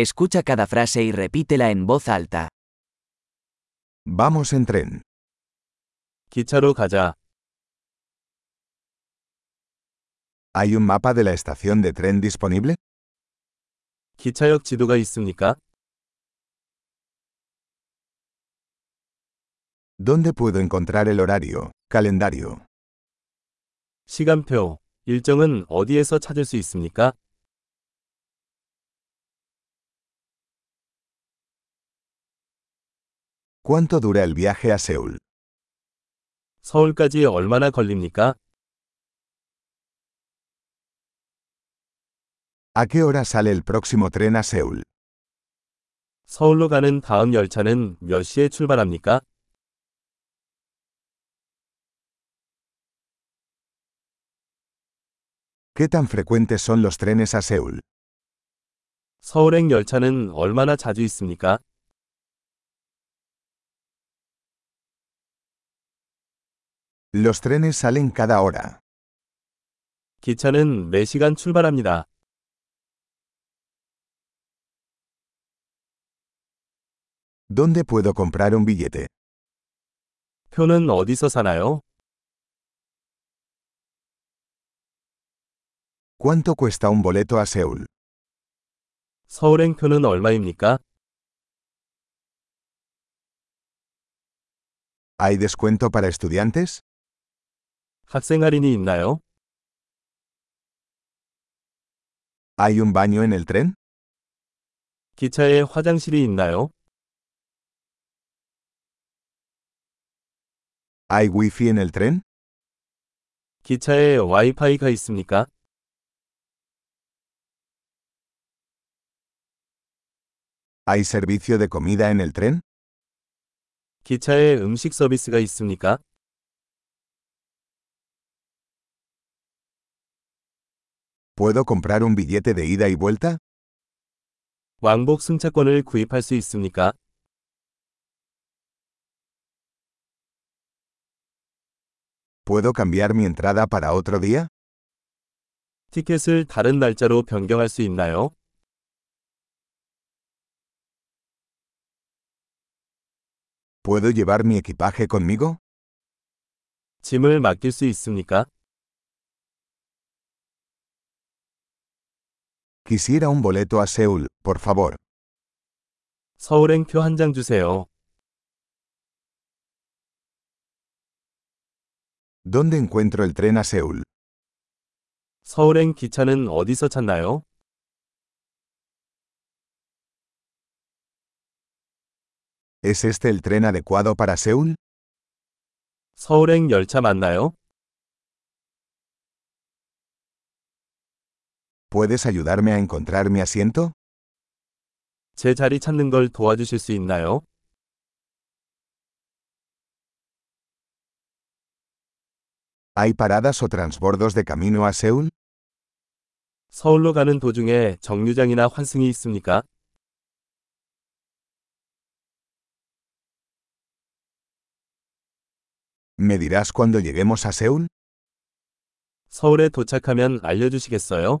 Escucha cada frase y repítela en voz alta. Vamos en tren. 기차로 가자. ¿Hay un mapa de la estación de tren disponible? 기차역 지도가 있습니까? ¿Dónde puedo encontrar el horario, calendario? 시간표, 일정은 어디에서 찾을 수 있습니까? ¿Cuánto dura el viaje a Seúl? 서울까지 얼마나 걸립니까? ¿A qué hora sale el próximo tren a Seúl? 서울로 가는 다음 열차는 몇 시에 출발합니까? ¿Qué tan frecuentes son los trenes a Seúl? 서울행 열차는 얼마나 자주 있습니까? Los trenes salen cada hora. 기차는 매시간 출발합니다. ¿Dónde puedo comprar un billete? 표는 어디서 사나요? ¿Cuánto cuesta un boleto a Seúl? 서울행 표는 얼마입니까? ¿Hay descuento para estudiantes? 학생 할인이 있나요? ¿Hay un baño en el tren? 기차에 화장실이 있나요? ¿Hay wifi en el tren? 기차에 와이파이가 있습니까? ¿Hay servicio de comida en el tren? 기차에 음식 서비스가 있습니까? ¿Puedo comprar un billete de ida y vuelta? 왕복 승차권을 구입할 수 있습니까? ¿Puedo cambiar mi entrada para otro día? 티켓을 다른 날짜로 변경할 수 있나요? ¿Puedo llevar mi equipaje conmigo? 짐을 맡길 수 있습니까? Quisiera un boleto a Seúl, por favor. 서울행 표 한 장 주세요. ¿Dónde encuentro el tren a Seúl? 서울행 기차는 어디서 찾나요? ¿Es este el tren adecuado para Seúl? 서울행 열차 맞나요? ¿Puedes ayudarme a encontrar mi asiento? 제 자리 찾는 걸 도와주실 수 있나요? ¿Hay paradas o transbordos de camino a Seúl? 서울로 가는 도중에 정류장이나 환승이 있습니까? ¿Me dirás cuándo lleguemos a Seúl? 서울에 도착하면 알려주시겠어요?